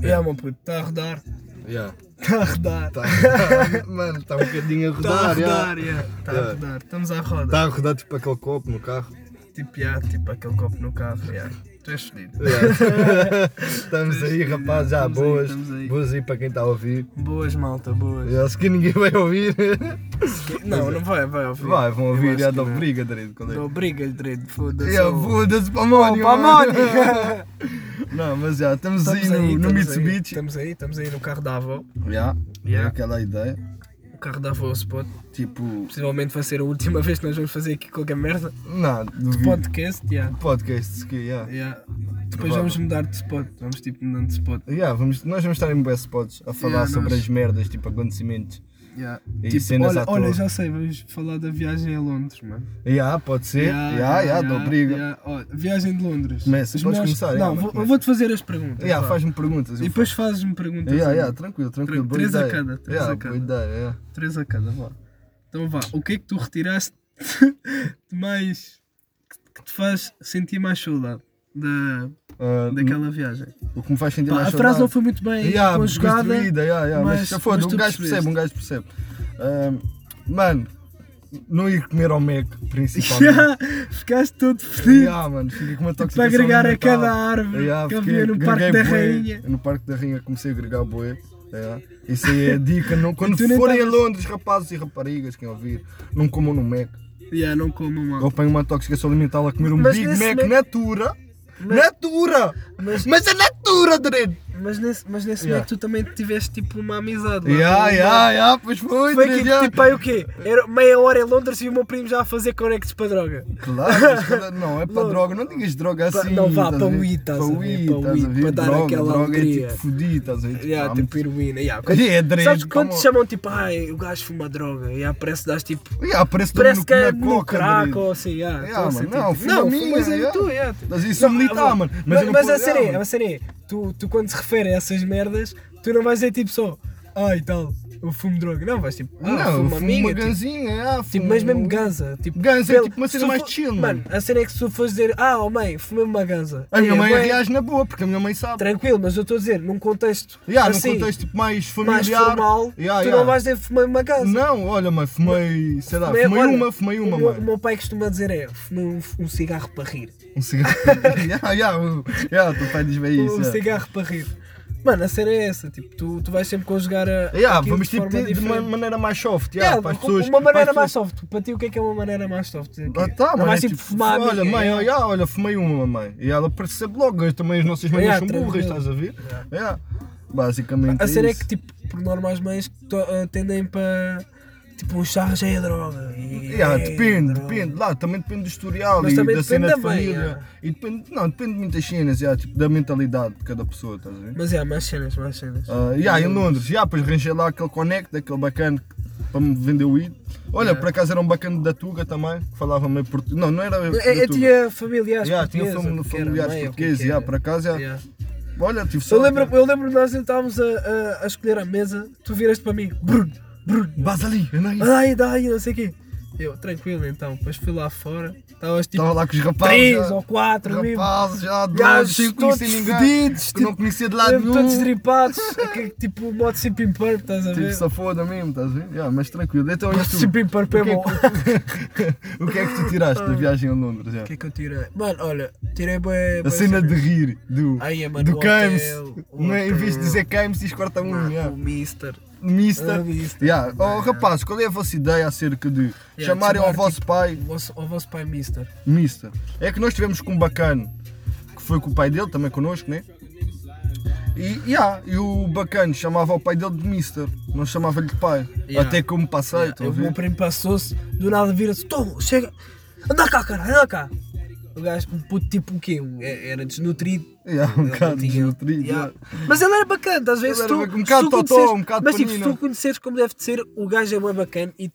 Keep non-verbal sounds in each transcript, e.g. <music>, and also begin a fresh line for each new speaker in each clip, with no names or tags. Yeah, mano, puto, está a rodar.
Yeah.
Está a rodar.
É. Tá, mano, está um bocadinho a
Está a
rodar.
rodar,
yeah.
yeah. Está a
Yeah. Tá.
rodar. Estamos à roda.
Está a rodar tipo aquele copo no carro.
Tipo, yeah, tipo aquele copo no carro. Yeah. Tu és fedido.
Yeah. É. <laughs> estamos aí,
Estamos
rapaz, já
aí,
boas.
estamos aí.
boas aí para quem está a ouvir.
Boas, malta, boas.
Eu acho que ninguém vai ouvir.
Não, não vai, vai ouvir.
<laughs> é. Vai, vão
Eu
ouvir.
acho
Já
que
dá
não.
briga, Dredd, quando é.
Não briga-lhe, Dredd, foda-se.
Yeah,
Oh.
Foda-se para a Mónica.
Para a
mano. <laughs>
Mónica.
Não, mas já, estamos,
Estamos
aí no, no
estamos aí,
Mitsubishi.
Estamos aí, estamos aí no carro da avó.
Yeah.
Yeah.
É aquela ideia.
O carro da avó, spot.
Tipo,
Possivelmente vai ser a última <laughs> vez que nós vamos fazer aqui qualquer merda.
não, duvido.
Podcast, yeah.
Podcasts que, yeah.
yeah. Depois vamos mudar de spot. Vamos tipo mudando de spot.
Yeah, vamos, nós vamos estar em best spots a falar
Yeah,
sobre
nós-
as merdas, tipo acontecimentos.
Yeah.
E
Tipo,
cenas
olha,
à toa.
olha, já sei, vamos falar da viagem a Londres, mano.
Yeah, pode ser. Yeah, yeah, dou briga. Yeah,
yeah. Ó, viagem de Londres.
Começa,
Os
podes
melhores-
começar, yeah,
Não,
mas
vou- eu
começa.
vou-te fazer as perguntas. vá.
faz-me perguntas. eu
E depois fazes-me perguntas.
Yeah,
a mim.
yeah, tranquilo, tranquilo. boa
Três a
ideia.
cada, três
yeah,
a cada.
Boa ideia, yeah.
Três a cada, vá. Então vá, o que é que tu retiraste <laughs> de mais. que- que te faz sentir mais saudade da,
Ah,
daquela viagem?
O que me faz sentir
Pá,
mais
a frase não
saudade.
foi muito bem
yeah,
conjugada. <laughs>
construída, yeah, yeah, mas,
mas-
já foda,
mas tu
um gajo
percebeste.
percebe, um gajo percebe. Ah, mano, não ir comer
<laughs>
ao Mac, principalmente.
Yeah, Ficaste todo fedido.
yeah, mano, fiquei com uma
Tipo, a
toxicação
agregar a
mental.
cada árvore
Yeah,
que
fiquei-
havia no Parque
agreguei
da
bué.
Rainha.
No Parque da Rainha comecei a agregar boé. Isso aí é a dica.
<laughs>
Não, quando
tu nem
forem a
estavas-
Londres, rapazes e raparigas, quem ouvir, não comam no Mac.
Yeah, não comam
Eu
mal.
apanho uma intoxicação alimentar a comer um
Mas
Big
nesse
Mac
Mac-
Natura. Natura! Mas, é Natura, Dredd!
Mas nesse, mas nesse
Yeah.
meio que tu também tiveste tipo uma amizade. lá.
Ya,
Uma-
ya, ya, pois foi,
Foi
Dredd,
aqui,
ya.
tipo, aí o quê? Era meia hora em Londres e o meu primo já a fazer conectos para droga.
Claro, mas cada-
<laughs>
não, é para
Logo.
droga, não digas droga
Pa-
assim.
não, vá,
estás
para
a ver?
o weed, estás a ver,
weed,
para o
estás a
weed,
ver?
para dar
droga,
aquela
droga é
alegria.
tipo fodido, estás a ver? Tipo,
Yeah,
há
tipo heroína. Yeah. Quando-
Yeah, Dredd,
Sabes quando
como-
te chamam tipo, ai, o gajo fuma droga. Yeah, parece que dás tipo.
Ya, parece que
Parece que é
na
no
coca,
crack
Dredd.
ou assim. Yeah,
Yeah,
então, assim,
mano, não,
tipo,
fuma
não,
minha,
fumas aí
yeah.
tu. Yeah. tipo. é
Mas isso me dá, mano.
um Mas,
eu não
mas
posso-
a série,
Ya,
é, a série, é, tu, tu quando se referem a essas merdas, tu não vais dizer tipo só, ai tal, eu fumo droga. Não, vais tipo, ah,
Não,
fumo
eu
uma
fumo uma
minha. tipo,
ganzinha, ah,
Tipo,
fumo-
mas mesmo ganza. Tipo,
Ganza é
pelo-
tipo uma cena
se tu
mais
for-
chill, mano.
Mano, a cena é que se tu fores dizer, ah, oh mãe, fumei uma ganza.
A minha
Aí,
mãe
"Ué,
reage na boa, porque a minha mãe sabe.
Tranquilo, mas eu estou a dizer, num contexto
Ya,
assim,
num contexto tipo, mais familiar.
mais formal,
Ya,
tu
ya.
não vais dizer fumei uma ganza.
ah. Não, olha, mãe, fumei, sei lá,
Fumei-
fumei
olha,
uma, fumei uma,
o meu,
mãe.
o meu pai costuma dizer é, fumei um, um cigarro para rir.
Um cigarro. <laughs> Ya, ya, o- ya, o teu pai diz bem isso.
um
ya.
cigarro para rir. Mano, a cena é essa, tipo, tu, tu vais sempre conjugar a.
Ya,
aquilo
vamos
de
tipo
forma
de, de uma
diferente.
maneira mais soft, ya,
Yeah,
para as
com-
pessoas.
uma maneira
para
mais
as pessoas-
soft. Para ti, o que é que é uma maneira mais soft?
Ah, tá,
não
mano,
vais
é
tipo fumar
Olha,
amiga,
mãe,
é.
ó, ya, olha, fumei uma, mãe. E ela percebe logo, eu também as nossas mães
Ya,
são burras,
tranquilo.
estás a ver?
Ya.
Ya. Basicamente.
é A cena é
isso.
que, tipo, por norma, as mães to- eh, tendem para. Tipo, os charros é a droga. E, é
Yeah, ah, depende,
droga.
depende. Lá também depende do historial
Mas
e
também
da
depende
cena
da
de
mãe, é.
família.
yeah.
E depende, não, depende de muitas cenas, yeah, tipo, da mentalidade de cada pessoa, estás a ver?
Mas é, mais cenas, mais cenas.
Ah, yeah, em Londres, yeah, depois arranjei lá aquele connect, aquele bacana que- para me vender o weed. Olha,
Yeah.
por acaso era um bacana da Tuga também, que falava meio português. Não, não era.
Eu,
da
eu
Tuga.
É, tinha familiares
Yeah, tinha
portugueses.
fam-
ou o que era,
familiares
mãe, ou o que
portugueses,
que era. É.
yeah, por acaso. yeah.
Yeah.
Olha, tive
Eu
sorte.
lembro, eu lembro de nós estávamos a, a, a escolher a mesa, tu viraste para mim, Bruno, Bruno,
Vas ali, anda aí.
ai, dai, não sei o quê. Eu, tranquilo então, depois fui lá fora, estavas tipo
Estava lá com os rapazes.
3
Então, já.
ou 4 mesmo.
Rapazes, já, dois,
Gajos
sem
todos
conhecer ninguém.
fedidos,
Que não
tipo,
conhecia de lado
lembro todos
nenhum.
dripados, <laughs> que- tipo o modo Simping Purp, estás a
Tipo,
ver?
só foda mesmo, estás a ver? Yeah, mas tranquilo. Então, e tu?
Simping
O
Purp
que,
é
é
bom.
que, o que é que tu tiraste da viagem a Londres?
O
yeah?
que é que eu tirei? Mano, olha, tirei bem.
A cena de rir do,
Ai, é, mano, o
do
hotel,
Cames.
o
Não é? Em vez de
hotel.
dizer Cames, diz corta um.
Mano,
Yeah.
Ah, o Mister.
Mister.
Ah, mister.
Yeah. Oh, rapaz, qual é a vossa ideia acerca de
de
chamarem ao
chamar,
vosso
tipo,
pai
O vosso, o vosso pai Mister.
Mister? É que nós tivemos com um bacano que foi com o pai dele, também connosco, né? E, yeah, e o bacano chamava o pai dele de Mister, não chamava-lhe de pai.
Yeah.
Até que Tá, eu me passei,
Yeah,
estão a
o meu
ver?
primo passou-se, do nada vira-se, "Tom, chega, anda cá, cara, anda cá. O gajo, um puto tipo o quê? Um- é- Era desnutrido.
Yeah, um
Ele
bocado
tinha-
desnutrido.
Yeah.
yeah.
Mas ele era bacana, às vezes
Ele
tu,
era bacana, um bocado
se tu
totó,
conheceres-
um bocado
Mas tipo, se
panina.
tu conheceres como deve de ser, o gajo é bem bacana e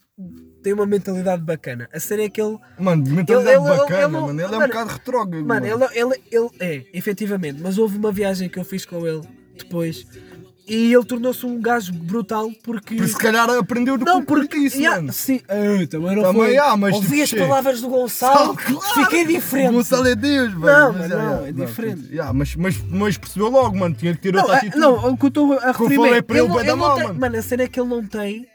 tem uma mentalidade bacana. A cena é que ele.
Mano, de <laughs> mentalidade
Ele- ele-
bacana,
ele-
Então mano. Ele é um
mano,
bocado retrógrado.
é, Mano, ele, ele, ele é, efetivamente, mas houve uma viagem que eu fiz com ele depois E ele tornou-se um gajo brutal porque.
Por se calhar aprendeu do
Não,
que
porque
isso,
Ya,
mano.
Sim, ah, também não
Também
foi.
há, mas
Ouvi
tipo,
as
che-
palavras do Gonçalo, fiquei diferente.
O Gonçalo é Deus, velho.
Não, mas
já,
não,
já,
é diferente.
já, mas, mas, mas percebeu logo, mano. Tinha que ter
Não,
outra
é-
atitude.
não, o que eu estou a referir
tipo, falei
é,
para ele,
não-
bué da
não
mal,
tem-
mano.
a cena é que ele não tem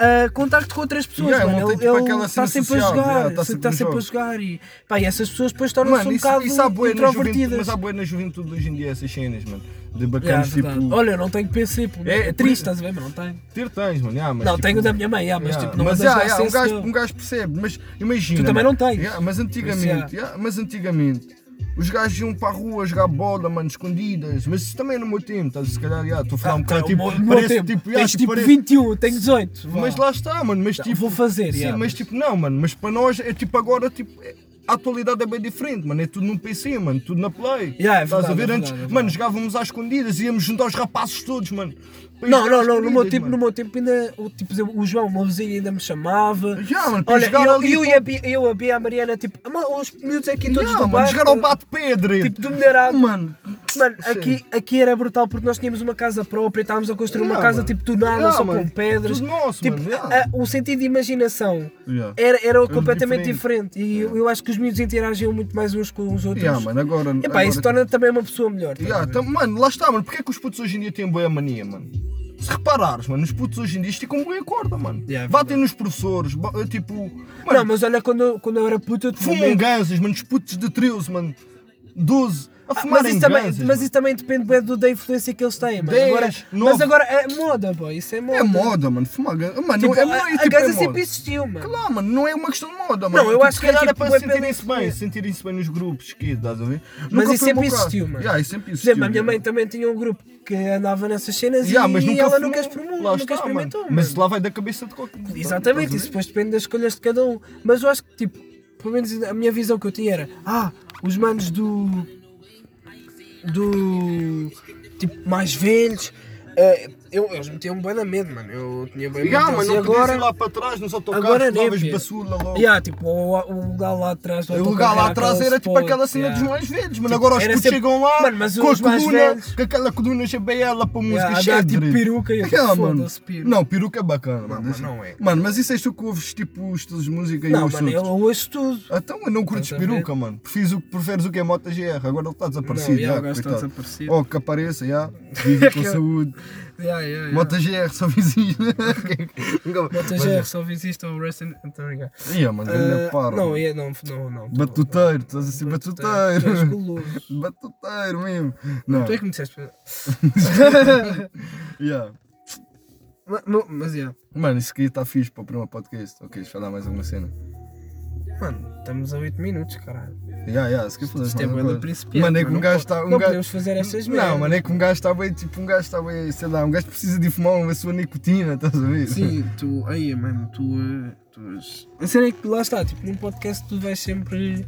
ah, contacto com outras pessoas,
Yeah,
mano.
não tem,
Ele-
tipo,
ele
aquela
está
cena
sempre
social,
a jogar,
yeah,
está
está
sempre,
sempre
a
no
jogar e, pá, e essas pessoas depois tornam-se
Mano,
um
isso,
bocado
isso há bué na juventude,
introvertidas.
mas há boa na juventude hoje em dia essas cenas, mano.
Yeah,
De
é
bacanas,
verdade.
tipo...
Olha, eu não tenho PC, pô.
É,
é
por
triste,
isso-
estás a ver, mas não tenho.
Ter tens, mano, yeah, mas
não,
tipo,
tenho o da minha mãe, yeah, mas
yeah,
tipo, não mas,
yeah, yeah, um, gajo, um gajo percebe, mas imagina.
Tu também
mano,
não tens.
yeah, mas antigamente,
Por isso,
yeah, mas antigamente, os gajos iam para a rua jogar bola, mano, escondidas. Mas isso também é no meu tempo, estás se calhar, yeah, estou
Ah,
a falar um
é
bocado, tipo, parece tipo, yeah,
tens
tipo,
tipo
parece-
21, tenho 18. vá.
Mas lá está, mano, mas tipo.
vou fazer,
Sim,
yeah,
mas
mas-
tipo, não, mano, mas para nós é tipo agora, tipo. é- A atualidade é bem diferente, mano. É tudo num PC, mano. Tudo na Play.
Yeah, é verdade,
Estás
é
a ver?
verdade,
Antes,
é verdade.
mano, jogávamos às escondidas, íamos juntar os rapazes todos, mano. Para ir
Não,
jogar
não,
às
não, no meu
escondidas,
tempo,
mano.
no meu tempo ainda, o, tipo, por exemplo, o João, o meu vizinho ainda me chamava.
Já, mano, para
Olha,
jogar
eu,
ali
eu,
com-
e a Bia, eu, a Bia, a Mariana, tipo, "Ah, mano, os miúdos aqui todos
Yeah,
do
mano,
bairro,
jogar ao bate-pedra.
Tipo, do Mineirado.
Mano,
Mano, aqui, aqui era brutal porque nós tínhamos uma casa própria, estávamos a construir uma
Yeah,
casa
mano.
tipo do nada,
Yeah,
só
mano.
com pedras.
Tudo nosso,
tipo,
mano, yeah.
a- a- o sentido de imaginação
Yeah.
era, era completamente diferente.
diferente.
E eu- eu acho que os miúdos interagiam muito mais uns com os outros.
Yeah, mano,
Epá,
agora- agora- tipo-
isso torna também uma pessoa melhor. tá? estás a
yeah,
ver?
tam- mano, lá está, mano. Porquê que os putos hoje em dia têm boa mania, mano? Se reparares, mano, os putos hoje em dia esticam boa corda, mano.
Yeah, é
Batem nos professores, ba- tipo.
Não,
Mano,
mas olha, quando, eu- quando eu era puto, eu tinha
fumam
medo.
ganzas, mano, os putos de 13, mano, 12. A
Ah,
fumar
mas, isso também, mas isso também depende bué do, da influência que eles têm, mano.
Dez,
agora, mas
nove.
agora é moda, boy, isso é moda.
É moda, mano, fumar ganzas. Mano,
Tipo,
não é,
a,
não é,
a
tipo, é
gaza sempre
moda.
existiu, mano.
Claro, mano, não é uma questão de moda, mano.
Não, eu
Tipo,
acho
se
que é
calhar é
tipo,
para
bué
sentirem-se
pela-
bem, sentirem-se bem nos grupos, que estás a ver?
Mas isso
Nunca foi o meu
sempre
caso.
existiu, mano.
Yeah, isso sempre
Por exemplo,
existiu.
a minha
yeah.
mãe também tinha um grupo que andava nessas cenas
Yeah,
e
mas nunca
ela
fumou.
nunca, experimentou,
Lá
nunca
está, mano.
experimentou.
Mas
mano.
isso lá vai da cabeça de qualquer
Exatamente, isso depois depende das escolhas de cada um. Mas eu acho que, tipo, pelo menos a minha visão que eu tinha era: ah, os manos do. do. tipo, mais velhos. eh, eu, eles metiam bem na medo, mano. Eu tinha bem
Yeah, mas não
Então, agora.
agora, ir lá para trás, nos autocarros,
agora nem,
levavas
pia.
basura logo.
Yeah, tipo, o, o lugar lá atrás. do
O lugar lá
autocarro
atrás era tipo
spot,
aquela cena
yeah. Tipo,
dos mais velhos, mano. Agora os
era
putos
sempre-
chegam lá
Mano, mas
com a
os mais
coluna,
velhos-
com aquela coluna chabela para música
Yeah,
cheia
andar
de
tipo
drip.
peruca e eu,
<laughs> Yeah, mano.
foda-se, peruca.
Não, peruca é bacana, mano.
mas
Isso-
não é.
Mano, mas isso és tu que ouves tipo os estilos de música e
Não,
os
mano, eu
outros.
ouço tudo.
Então eu não curtes
Estás a ver?
peruca, mano. Prefiro o, preferes o que é moto GR. Agora ele está desaparecido.
Não, yeah, o gajo está
coitado.
desaparecido.
Oh, que apareça, já. Vive com saúde.
<laughs> Yeah, yeah, yeah.
Moto GR, só vizinho. <laughs>
Bota GR, só fiz isto ao Rest in. Não, tô a brincar.
Ia, mano, grande
Ah,
paro.
não, é, não, não, não.
Batuteiro, estás a ser tá-
Batuteiro,
<laughs>
tu és
batuteiro.
guloso.
Batuteiro mesmo. Não,
Tu é que me disseste.
<laughs> yeah.
Mas, mas, mas yeah.
Mano, isso aqui está fixe para o primeiro podcast. Ok, deixa eu falar mais alguma cena.
Mano, estamos a 8 minutos, caralho.
Yeah, yeah, isso aqui falas
Isto é
mais
bué
uma
da
coisa.
principiante,
Mano, é que
mano, não
um gajo
pode-
está. Um
não
gajo-
podemos fazer estas merdas.
Não, mano, é que um gajo está bem, tipo, um gajo está bem, sei lá, um gajo precisa de fumar uma sua nicotina, <laughs> estás a ver?
Sim, tu. Aí, mano, tu. eh, tu és-
A cena é que lá está, tipo, num podcast tu vais sempre.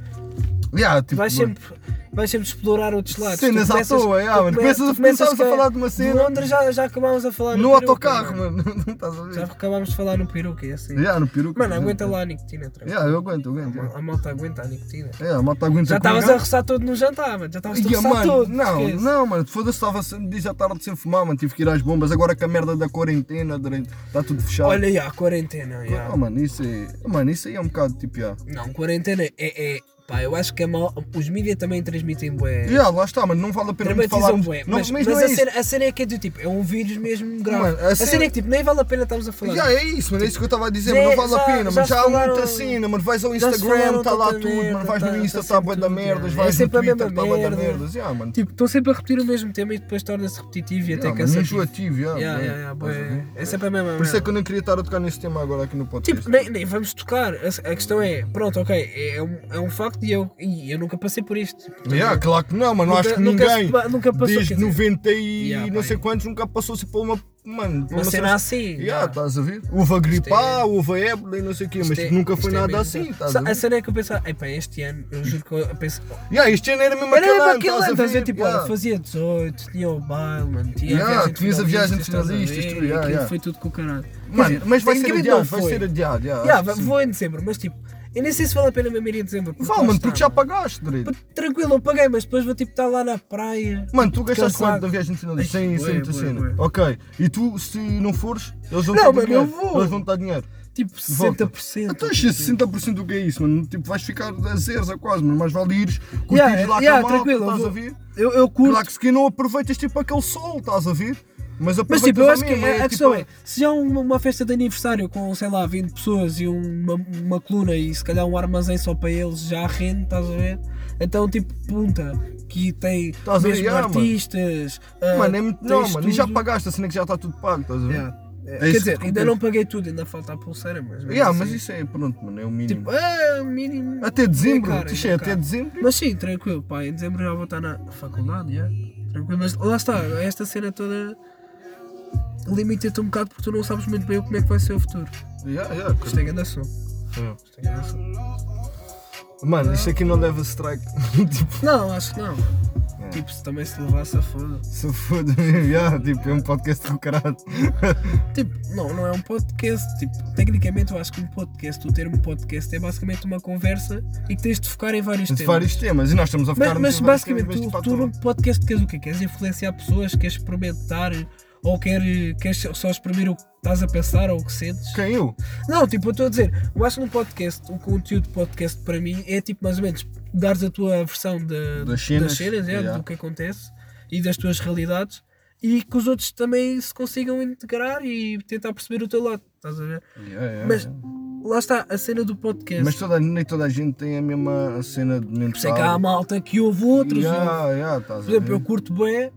Yeah, tipo,
Vais
mano.
sempre, vais sempre explorar outros lados.
Cenas
Tu
à toa, yeah,
tu
mano.
come-
Começas a-
tu começas
começavas a
com-
falar de uma cena.
De Londres já, já acabámos a falar
No
peruca,
autocarro, mano. <laughs> Não estás a
Já
ver?
acabámos de falar no peruca, é assim.
Yeah, no peruca.
Mano,
por
aguenta
exemplo.
lá a nicotina, tranquilo.
Yeah, eu aguento, eu aguento. yeah.
A malta aguenta a nicotina.
É, a malta aguenta
Já
com
estavas
gajo.
a roçar todo no jantar, mano. Já estavas a
Ia,
roçar
mano,
todo.
não,
esquece.
não, mano, foda-se, estava sem- desde a tarde sem fumar, mano, tive que ir às bombas, agora com a merda da quarentena, está tudo fechado.
Olha, já, a quarentena, já.
Ah, mano, isso aí, mano, isso aí é um bocado tipo, já.
Não, quarentena é. é pá, eu acho que é mal. Os mídias também transmitem bué.
Já, lá está, mano, não vale a pena muito
Dramatizam
falarmos,
um bué.
não,
Mas,
mas
mas
não é
a,
isso.
cena, a cena é que é do tipo, é um vírus mesmo grave.
Mano, a
a, cena...
cena-
é que tipo, nem vale a pena estarmos a falar.
Já é isso, mano, é isso que eu estava a dizer,
Já-
mano, não vale
Né, já-
a pena,
já
mano,
se
já há muita
falaram-
cena, mano, vais ao
se
Instagram,
falaram
está lá
tanta
tudo, mano,
merda,
vais
tá-
no Insta,
tá
está bué da
sempre tudo,
merdas,
já.
vais
É
no
sempre a
Twitter,
mesma
está bué da
merda.
merdas, já, mano.
Tipo, estão sempre a repetir o mesmo tema e depois torna-se repetitivo e até
Já, mano,
cansativo.
enjoativo, já,
Já,
bué.
já, já, bué.
Estás a ver?
É sempre a mesma
Por isso é
merda.
que eu não queria estar a tocar nesse tema agora aqui no podcast.
Tipo, nem, nem vamos tocar. A, a questão é, pronto, ok, é, é um, é um facto e eu, e eu nunca passei por isto. Portanto,
Yeah, claro que não, mano.
Nunca-
acho que
nunca
ninguém
se pa- nunca passou, quer
desde
dizer-
90 e
Yeah,
não
pai.
sei quantos nunca passou-se por uma. Mano, por
Uma cena assim.
Yeah,
já.
estás a ver? Uva gripe
é-
A, uva ébola e não sei o quê, tá, mas
Isto é-
tipo, nunca foi
isto é
nada
mesmo.
assim, estás
Sa-
a
A
ver?
cena é que eu pensava, epá, este ano, eu juro que eu penso.
Yeah, este ano era mesmo
Era mesmo
aquele
aquele
ano,
ano, estás a ver? Tipo,
Yeah.
olha, fazia 18, tinha o baile, mano, tinha
Yeah,
a viagem
tinhas a
de
viagem de
estás a
finalistas,
ver,
tudo, yeah,
aquilo
yeah.
Foi tudo com o caralho.
Mano, mas vai ser
Tecnicamente
adiado,
não
vai
foi.
ser adiado. yeah,
Yeah,
acho que sim.
vou em dezembro, mas tipo, Eu nem sei se vale a pena mesmo ir em dezembro. porque
Vale,
lá
mano,
está,
porque já
mano.
pagaste, direito.
Porque, Tranquilo, eu paguei, mas depois vou tipo estar lá na praia.
Mano, tu gastaste
Cansado.
quanto na viagem de finalista?
Ai,
Sem,
bué,
sem muita
bué,
cena.
bué.
Ok. E tu, se não fores, eles vão
Não,
te dar
mano,
dinheiro.
eu vou.
Eles vão te dar dinheiro.
Tipo
Volta.
60%.
Então, se 60% do que é isso, mano. Tipo, vais ficar a zeros a quase, mano. Mais vale ires, curtires
Yeah,
lá
yeah,
com a malta,
tranquilo, eu
estás a
vou-
ver?
Eu, eu curto.
Claro que se calhar não aproveitas tipo aquele sol, estás a ver? Mas
Mas
aproveitas
tipo, eu
ao
acho que
mesmo,
a, a
tipo,
questão é, se há uma, uma festa de aniversário com, sei lá, 20 pessoas e um, uma, uma coluna e se calhar um armazém só para eles já rende, estás a ver? Então tipo, punta, que tem
Estás a ver,
mesmo
yeah, mano.
artistas. ah,
Mano, é muito. Não,
tens
mano, e já
tudo.
pagaste a cena que já está tudo pago, estás a ver?
Yeah. É,
isso
Quer dizer,
que
ainda
compensa.
não paguei tudo, ainda falta a pulseira, mas. mesmo
Yeah,
assim,
mas isso é pronto, mano, é o mínimo.
Tipo, ah, mínimo.
até dezembro,
é caro,
isto é,
ainda é
até
caro.
dezembro.
Mas sim, tranquilo, pá, em dezembro já vou estar na faculdade, já. Tranquilo, mas lá está, esta cena toda limita-te um bocado porque tu não sabes muito bem como é que vai ser o futuro.
Yeah, yeah,
Isto é grande som. Isto
yeah.
é grande som.
é- Mano, isto aqui não leva strike. <laughs> tipo,
Não, acho que não.
É.
Tipo, se também se levasse a foda.
se foda mesmo, yeah, tipo, é um podcast do caralho.
Tipo, não, não é um podcast. Tipo, tecnicamente eu acho que um podcast, o termo podcast, é basicamente uma conversa e que tens de focar em vários
De
temas.
vários temas, e nós estamos a
Mas,
focar
mas
em vários temas,
basicamente,
é mas,
tu, tu
tipo,
num podcast queres o quê? Queres influenciar pessoas? Queres experimentar? Ou queres, queres só exprimir o que estás a pensar ou o que sentes?
Quem eu?
Não, tipo, eu estou a dizer, eu acho que um podcast, um conteúdo de podcast para mim é tipo mais ou menos dares a tua versão de-
Das cenas,
das cenas é,
yeah.
do que acontece e das tuas realidades e que os outros também se consigam integrar e tentar perceber o teu lado, estás a ver?
Yeah, yeah,
Mas
yeah.
lá está a cena do podcast.
É. Mas toda, nem toda a gente tem a mesma cena de mental.
Por isso é assim. que há a malta que ouve outros, ouve
yeah, yeah, estás
Por
a ver?
exemplo, eu curto bem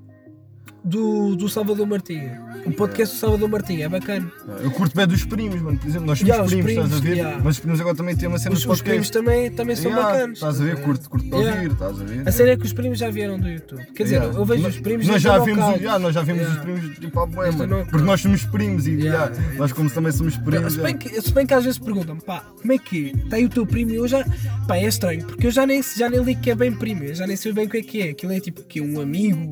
do, do Salvador Martinha. O podcast do Salvador Martinha é bacana.
Eu curto bem dos primos, mano. Por exemplo, nós somos
Yeah, os
primos,
primos,
estás a ver?
yeah.
Mas os primos agora também têm uma cena
Os,
de
os
É um podcast.
primos também, também são
Yeah,
bacanas.
Estás a ver? Curto, curto de
Yeah.
ouvir, estás a ver?
A cena é que os primos já vieram do YouTube. Quer dizer,
Yeah.
eu vejo
Nós-
os primos
nós
desde
já
o
vimos,
local.
yeah, nós já vimos
Yeah.
os primos tipo à boia,
Desde o
mano.
local.
Porque nós somos primos e
Yeah,
yeah,
é
nós como também somos primos.
Se
yeah.
bem, que, se bem que às vezes perguntam-me, pá, como é que é? Tem o teu primo e eu já. Pá, é estranho, porque eu já nem, já nem li que é bem primo, eu já nem sei bem o que é que é. Aquilo é tipo que um amigo,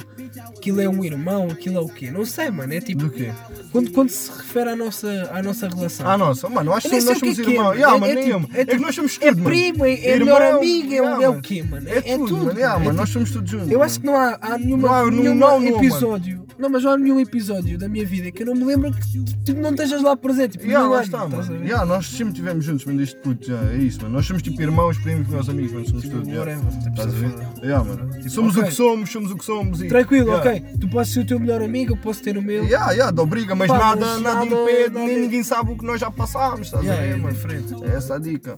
aquilo é um irmão, aquilo é o quê? Não sei, mano. É tipo.
Do quê?
Quando, quando se refere à nossa, à nossa relação.
Ah, nossa, mano, eu acho
Eu
que
nem sei o
nós
que
somos
é que é,
irmãos.
mano.
Yeah,
É-
mano,
é
nem
tipo-
eu.
é
É que
tipo-
nós somos
é
tudo, mano.
primo, é- é
Irmão,
melhor amigo, é o-
yeah,
é o quê, mano?
É
É
tudo,
tudo,
mano. yeah,
mano. É
mano, Nós
tipo-
somos todos juntos.
Eu acho
mano.
que não há, há nenhuma,
Não há nenhum-
nenhum
não, não,
episódio. Não, mas não há nenhum episódio da minha vida que eu não me lembro que tipo, não estejas lá presente. Tipo,
Yeah,
nenhum
lá
ano,
está,
estás a
mano.
ver?
Yeah, nós sempre estivemos juntos, mano, desde puto, já, é isso, mano. Nós somos tipo irmãos, primos, meus amigos, mano, somos
Tipo,
tudo. yeah.
whatever, tipo,
Estás a ver?
safado.
Yeah, mano. somos o
Tipo, ok.
que somos, somos o que somos. E,
Tranquilo,
yeah.
ok. Tu podes ser o teu melhor amigo, eu posso ter o meu.
Yeah, yeah, dá briga, mas
Pá,
nada,
mas nada-
nada, impede,
nada-
nem ninguém sabe o que nós já passámos, estás
Yeah,
a ver,
é
mano?
diferente.
É essa a dica.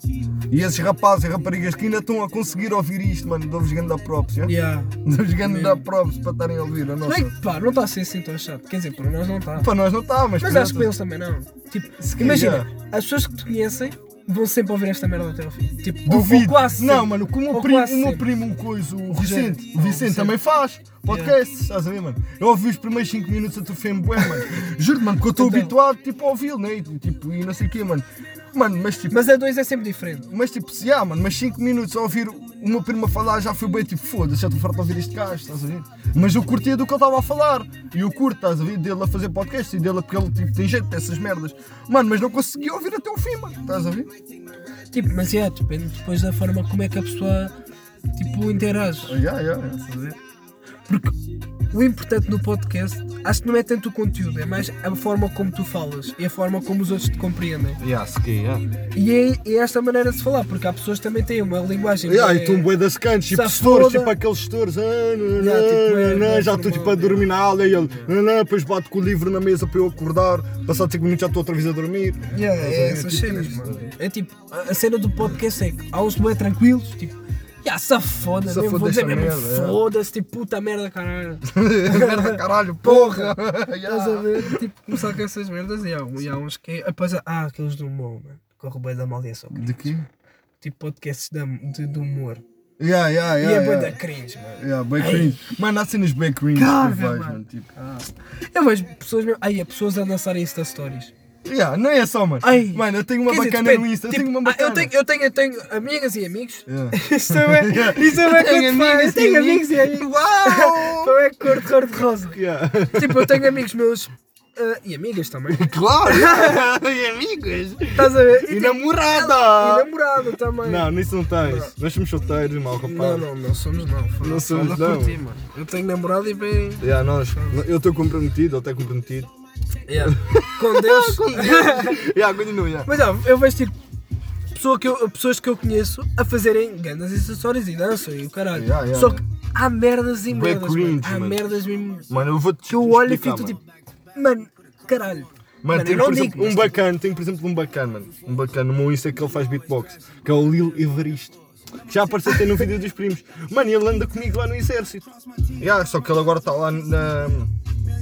E esses rapazes e raparigas que ainda estão a conseguir ouvir isto, mano, dou-vos ganda props, yeah?
Yeah.
dou-vos ganda props para estarem a ouvir a
Se bem
nossa.
que pá, não está a ser assim tão chato. Quer dizer, para nós não está.
Para nós não está, mas,
Mas
para
acho que para
outras-
eles também não. Tipo,
Se calhar.
imagina, as pessoas que te conhecem vão sempre ouvir esta merda até ao fim. Tipo, ou- ou
Duvido.
quase sempre.
não, mano, como
Ou
o, primo,
quase
o meu
sempre.
primo, o coisa, o
Rogério.
Vicente, o
Ah, o
Vicente
Vicente.
também faz podcasts, estás a ver, mano? Eu ouvi os primeiros 5 minutos a tu fêmea,
<laughs>
mano. Juro-te, mano, porque eu estou
Então.
habituado, tipo, a ouvi-lo, né? E, tipo, e não sei o quê, mano. Mano, mas tipo,
Mas a dois é sempre diferente.
mas tipo, se há, mano, mas 5 minutos a ouvir o meu primo a falar já foi bem tipo, foda-se, já estou farto de ouvir este gajo, estás a ver? Mas eu curtia do que ele estava a falar. E eu curto, estás a ver? Dele a fazer podcast e dele, porque ele tipo, tem jeito dessas merdas. Mano, mas não consegui ouvir até o fim, mano, estás a ver?
Tipo, mas é, depende depois da forma como é que a pessoa tipo, interage.
Yeah, yeah, yeah.
estás a ver? Porque o importante no podcast acho que não é tanto o conteúdo, é mais a forma como tu falas e a forma como os outros te compreendem.
Yeah, sequei, yeah.
E é, é esta maneira de se falar, porque há pessoas que também têm uma linguagem.
Yeah,
bué-
e tu um bué das cantos, tipo
Safoda.
setores, tipo aqueles setores, ah, não,
Yeah, tipo, é,
não, não,
é
já
formal,
estou tipo a
yeah.
dormir na aula e ele, não, não, depois bato com o livro na mesa para eu acordar, passado 5 minutos já estou outra vez
<laughs>
a dormir.
Yeah, é
Estás a ver?
essas
Tipo
cenas,
isto,
mano. É tipo, a a cena do podcast é que há uns bem tranquilos, tipo, já safoda,
Safoda
mesmo, vou dizer
esta
mesmo,
merda, é.
foda-se, tipo, puta merda, caralho.
Merda, caralho, porra!
<laughs> Estás a ver? Tipo, começar com essas merdas e há, um, e há uns que. Após, há aqueles do humor, mano. Corre bem da é maldição. cara.
De quê?
Tipo, podcasts de, de, de humor.
Yeah, yeah, yeah.
e é
yeah.
bem da cringe, mano.
Yeah, bem cringe. Mano, há cenas bem cringe que
Caga,
tu vais,
mano.
mano. Tipo.
Eu vejo É, pessoas mesmo. Ai, há pessoas a dançar Insta Stories.
Yeah, não é só, mano.
Ai,
Mano, eu tenho uma
Quer dizer,
bacana
depende,
no Insta. Eu
tipo,
tenho uma
ah,
bacana.
Eu tenho, eu tenho, eu tenho amigas e
<laughs>
amigos. <laughs>
Yeah.
Isso é isso é bem quando faz.
tenho
Eu
amigas e
tenho
amigos.
amigos <laughs> e amigos.
Uau!
Então é cor de cor de rosa.
<laughs> Yeah.
Tipo, eu tenho amigos meus Ah, e amigas também.
Claro! <laughs> e amigos!
Estás a ver?
E
tipo,
namorada!
E namorado também.
Não, nisso não tens. Nós somos solteiros, mal rapaz.
Não, não, não somos não. foda-se.
Não somos
Fala por
não.
ti, mano. Eu tenho namorado e bem.
Yeah, nós, eu estou comprometido, ele
<laughs>
está comprometido.
Yeah. Com
<laughs>
Deus.
yeah, continua, yeah.
Mas ó, eu vejo tipo pessoa que eu- pessoas que eu conheço a fazerem grandes acessórios e dançam e o caralho.
Yeah, yeah,
Só
yeah.
que há merdas e merdas. mano.
cringe,
Há
mano.
merdas mesmo
Mano, eu vou-te
que eu olho e
explicar,
fico
mano.
tipo, mano, caralho.
Mano,
Mano, eu
tenho,
não
por
digo,
exemplo,
mas
um bacana, tenho por exemplo um bacana, mano. Um bacana, o meu Insta que ele faz beatbox, que é o Lil Evaristo. Que já apareceu até no vídeo dos primos. Mano, ele anda comigo lá no exército. Yeah, só que ele agora está lá na-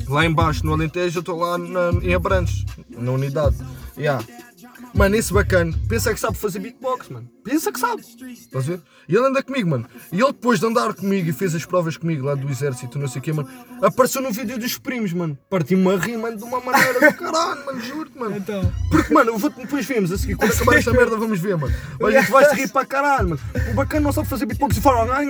Lá embaixo, no Alentejo, eu estou lá na- em Abrantes, na unidade. Yeah. Mano, esse bacana, pensa que sabe fazer beatbox, mano. Pensa que sabe. Estás a ver? E ele anda comigo, mano. E ele depois de andar comigo e fez as provas comigo lá do exército, não sei o quê, mano. Apareceu no vídeo dos primos, mano. Partiu-me a rir, mano, de uma maneira do caralho, mano. Juro-te, mano.
Então.
Porque, mano, <laughs> eu vou- depois vemos a seguir. Quando acabar esta merda, vamos ver, mano. Mas a gente vai se rir para caralho, mano. O bacana não sabe fazer beatbox e fala. Estás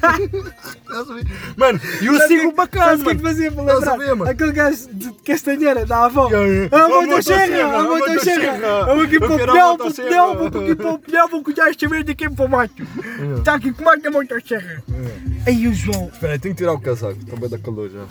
a ver? Mano, e eu sigo o bacana,
Sabes Ah, o que é
mano.
que fazia para
Estás a
lembrar?
ver, mano?
Aquele gajo de castanheira da avó.
Yeah, yeah.
A
A
motosserra,
motosserra,
a
a
motosserra.
motosserra.
Eu aqui
Eu
para o
quero
pneu,
a
para o
motosserra.
pneu, vou aqui para o pneu, vou cuidar esta merda aqui para o mato. Está Tá aqui com o mato da motosserra. Aí o João.
Espera aí, tenho que tirar o casaco. Está bem da calor já.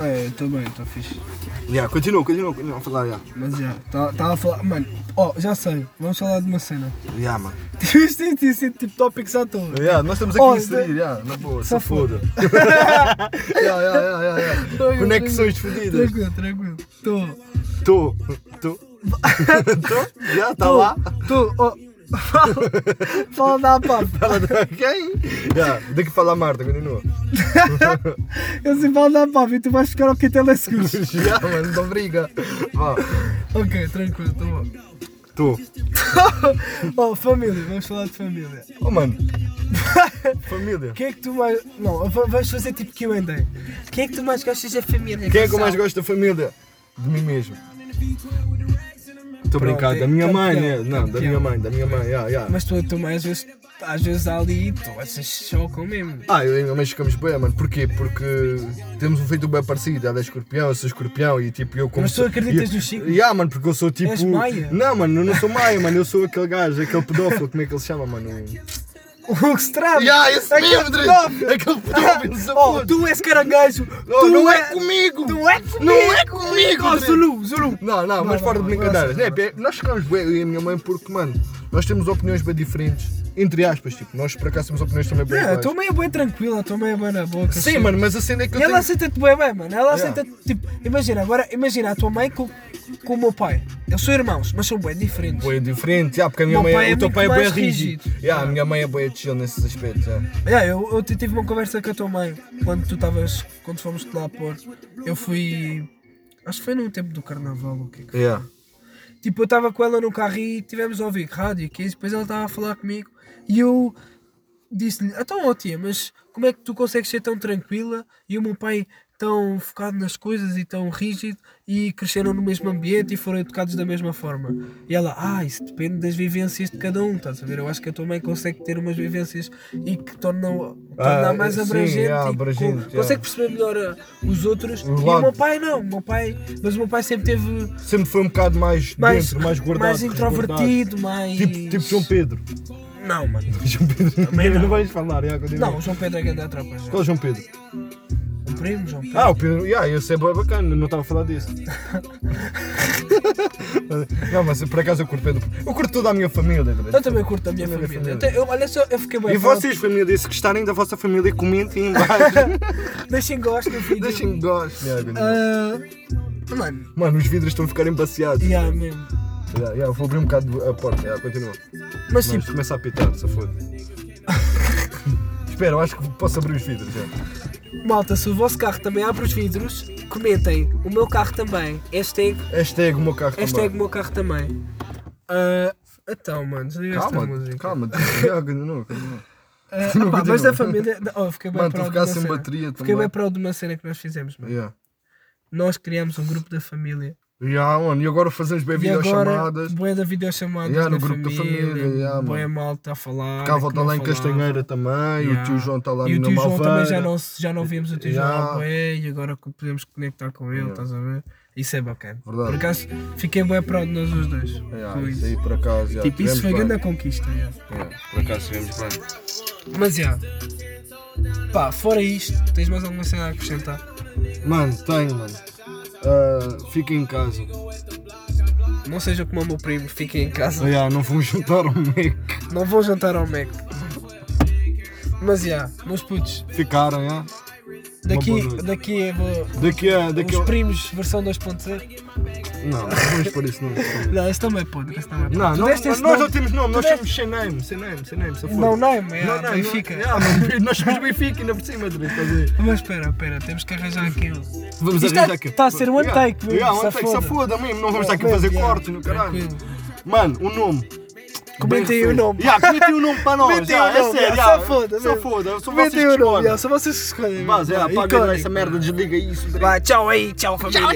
É, eu também, estou fixe.
Yeah, continua, continua, continua a falar, já.
Mas já, estava a falar. Mano, ó, já sei, vamos falar de uma cena. <laughs>
Yeah, mano.
Isto tem de ser tipo tópicos à toa.
Yeah, nós estamos aqui
Oh,
a inserir, yeah, na boa,
só
se foda. <laughs> yeah, yeah, yeah, yeah, yeah.
Tranquilo,
<laughs> Conexões fodidas.
Tranquilo, tranquilo. Estou.
Tô, tô. <laughs> tô, já, tá lá. <laughs>
Estou, ó. <laughs> Fala, fala da papo.
Fala de quem? Yeah, daqui fala a Marta, continua. <laughs>
Eu sei falar da papo e tu vais ficar ao que teleseguros.
Já, mano, não briga. Vá,
ok, tranquilo, estou bom.
tô.
Ó, família, vamos falar de família.
Oh, mano. <laughs> Família.
O que é que tu mais. Não, va- vamos fazer tipo que eu andei. O que é que tu mais gostas da família?
Quem é que eu mais gosto da família? De mim mesmo. Estou brincando, da minha mãe, né? Não, da minha mãe, da minha mãe, yeah, yeah.
Mas tu, tu mais às vezes, às vezes há ali, tu achas chocam mesmo.
Ah, eu e a minha mãe ficamos bem, mano. Porquê? Porque temos um feito bem parecido. Ela é escorpião, eu sou escorpião e tipo eu como.
Mas tu
sou-
acreditas
e-
no signo?
Yeah, mano, porque eu sou tipo.
És maia?
Não, mano, eu não sou maia, mano. Eu sou aquele gajo, aquele pedófilo, como é que ele se chama, mano?
O Hugo Strada!
Yeah, esse
Aquele
mesmo, É Dres.
pedófilo.
Aquele pedófilo, tá essa
Oh,
puta.
tu és caranguejo!
Não,
tu
não é
és-
comigo.
Não é comigo!
Não é comigo,
Oh,
Dres.
Zulu, Zulu!
Não, não, mas
não,
fora
não, é assim,
de brincadeiras.
não,
né? Nós ficamos bem, eu e a minha mãe, porque, mano, nós temos opiniões bem diferentes. Entre aspas, tipo, nós por acaso temos opiniões também bem
É, a
iguais.
tua mãe é bem tranquila, a tua mãe é bem na boca.
Sim, mano, mas a cena é que eu
E ela
tenho.
aceita-te bem, bem, mano. Ela
Yeah.
aceita-te, tipo, imagina, agora, imagina a tua mãe com, com o meu pai. Eles são irmãos, mas são bem diferentes.
Boé é diferente, yeah, porque a minha
Meu
mãe,
pai é
o teu
muito
pai é
mais
bem rígido.
rígido.
Yeah, A minha mãe é bem chill nesses aspectos. yeah.
Yeah, eu, eu te- tive uma conversa com a tua mãe quando tu estavas, quando fomos lá pôr. Eu fui, acho que foi no tempo do carnaval, o que é que
Yeah.
Tipo, eu estava com ela no carro e tivemos a ouvir rádio e que isso, depois ela estava a falar comigo e eu disse-lhe, então ó tia, mas como é que tu consegues ser tão tranquila e o meu pai tão focado nas coisas e tão rígido e cresceram no mesmo ambiente e foram educados da mesma forma? E ela, ah, isso depende das vivências de cada um, estás a ver? Eu acho que a tua mãe consegue ter umas vivências e que tornam torna
Ah,
mais
sim,
abrangente,
yeah,
e
abrangente,
con-
yeah.
consegue perceber melhor ah, os outros e o
lado.
meu pai não, o meu pai, mas o meu pai sempre teve
Sempre foi um bocado mais,
mais,
dentro, mais guardado.
mais introvertido,
resguardado.
mais.
Tipo, tipo João Pedro. <laughs>
Não, mano.
João Pedro.
Também não.
vais falar, yeah, continua.
Não, o João Pedro é grande a tropa já.
Qual é o João Pedro?
O primo, João Pedro.
Ah, o Pedro, yeah, esse é bem bacana, não estava a
<laughs>
falar disso. não, mas por acaso eu curto Pedro. Eu curto toda a minha família. né?
Eu também curto a minha família. Eu te- eu- olha só, eu é fiquei bem.
é E
fora.
vocês, família, disse que estarem da vossa família, comentem em baixo. <laughs>
Deixem gosto no vídeo.
Deixem gosto. Yeah, continua.
Ah, mano,
Mano, os vidros estão a ficar embaciados.
yeah, mesmo.
Yeah, yeah, vou abrir um bocado a porta, yeah, continua.
Mas
Mas
tipo,
começa a apitar, se
<laughs>
foda. Espera, eu acho que posso abrir os vidros já.
malta, se o vosso carro também abre os vidros, comentem. O meu carro também. Hashtag,
Hashtag o meu carro
hashtag é o
também.
meu carro também. Ah, então, mano, desliga esta
Calma,
música.
calma, já, continua, continua.
Ah,
<laughs> Não,
pá, mas
continua.
a família. Oh, eu fiquei bem
Mano, tu
proud de uma
ficaste sem
cena.
bateria
Fiquei
também.
bem proud de uma cena que nós fizemos, mano.
Yeah.
nós criamos um grupo da família
Yeah, mano, e agora fazemos bem
E agora,
videochamadas.
boé da videochamada
Yeah,
da
no grupo da
família,
família, yeah,
bué
mano.
malta a falar.
Cá
que
volta
não
lá em
falava.
Castanheira também,
Yeah.
o tio João está lá
E o
na
tio João também já
Malveira.
não, se- já não vimos o tio
Yeah.
João bué, e agora que podemos conectar com ele,
Yeah.
estás a ver? Isso é bacana.
Verdade.
Por acaso, fiquei bem proud de nós os dois.
Yeah,
com
isso
isso.
aí por acaso. yeah,
Tipo, isso
tivemos
foi
bem.
grande a conquista. yeah.
Yeah, por acaso tivemos bem.
Mas já. Pá, fora isto, tens mais alguma cena a acrescentar?
Mano, tenho, mano. Ah, fiquem em casa.
Não seja como o meu primo, fiquem em
Ah,
casa.
yeah, não vão <laughs> juntar um o Mac.
Não vou jantar ao Mac. Mas já, meus putos,
Ficaram, yeah? boa
daqui,
noite.
daqui é vou.
Daqui a. Daqui a...
Os primos versão 2.0.
Não, não vamos por isso, não.
Não, esse também é podre, esse também é podre.
Não,
Tu
nós,
deste
nós
esse
não
nome?
temos nome, nós
Tu
somos sem name, sem name, sem name, só
Não,
foda-se.
não, é,
Não, não,
Benfica.
não. Yeah, mano, nós somos Benfica ainda por cima, Dres, estás a ver?
Mas espera, espera, temos que arranjar aqui um.
Vamos
Isto
arranjar
tá-
aqui.
tá a ser um
Yeah,
take mesmo,
Yeah, um
só
take, só
foda.
foda mesmo, não vamos estar aqui a fazer
Yeah,
cortes no caralho.
tranquilo.
Mano, o nome.
Comentem aí o nome.
Yeah, comentem o nome para nós.
Comentem
yeah,
o nome,
é sério,
yeah,
yeah,
só foda,
Só
mesmo.
foda, só Então vocês
Comentem o
que
nome,
escolhem.
yeah, um, só vocês que escolhem.
Mas é,
mesmo.
apaga
Icónico,
essa merda, desliga isso. Dres.
Vai, tchau aí, tchau família.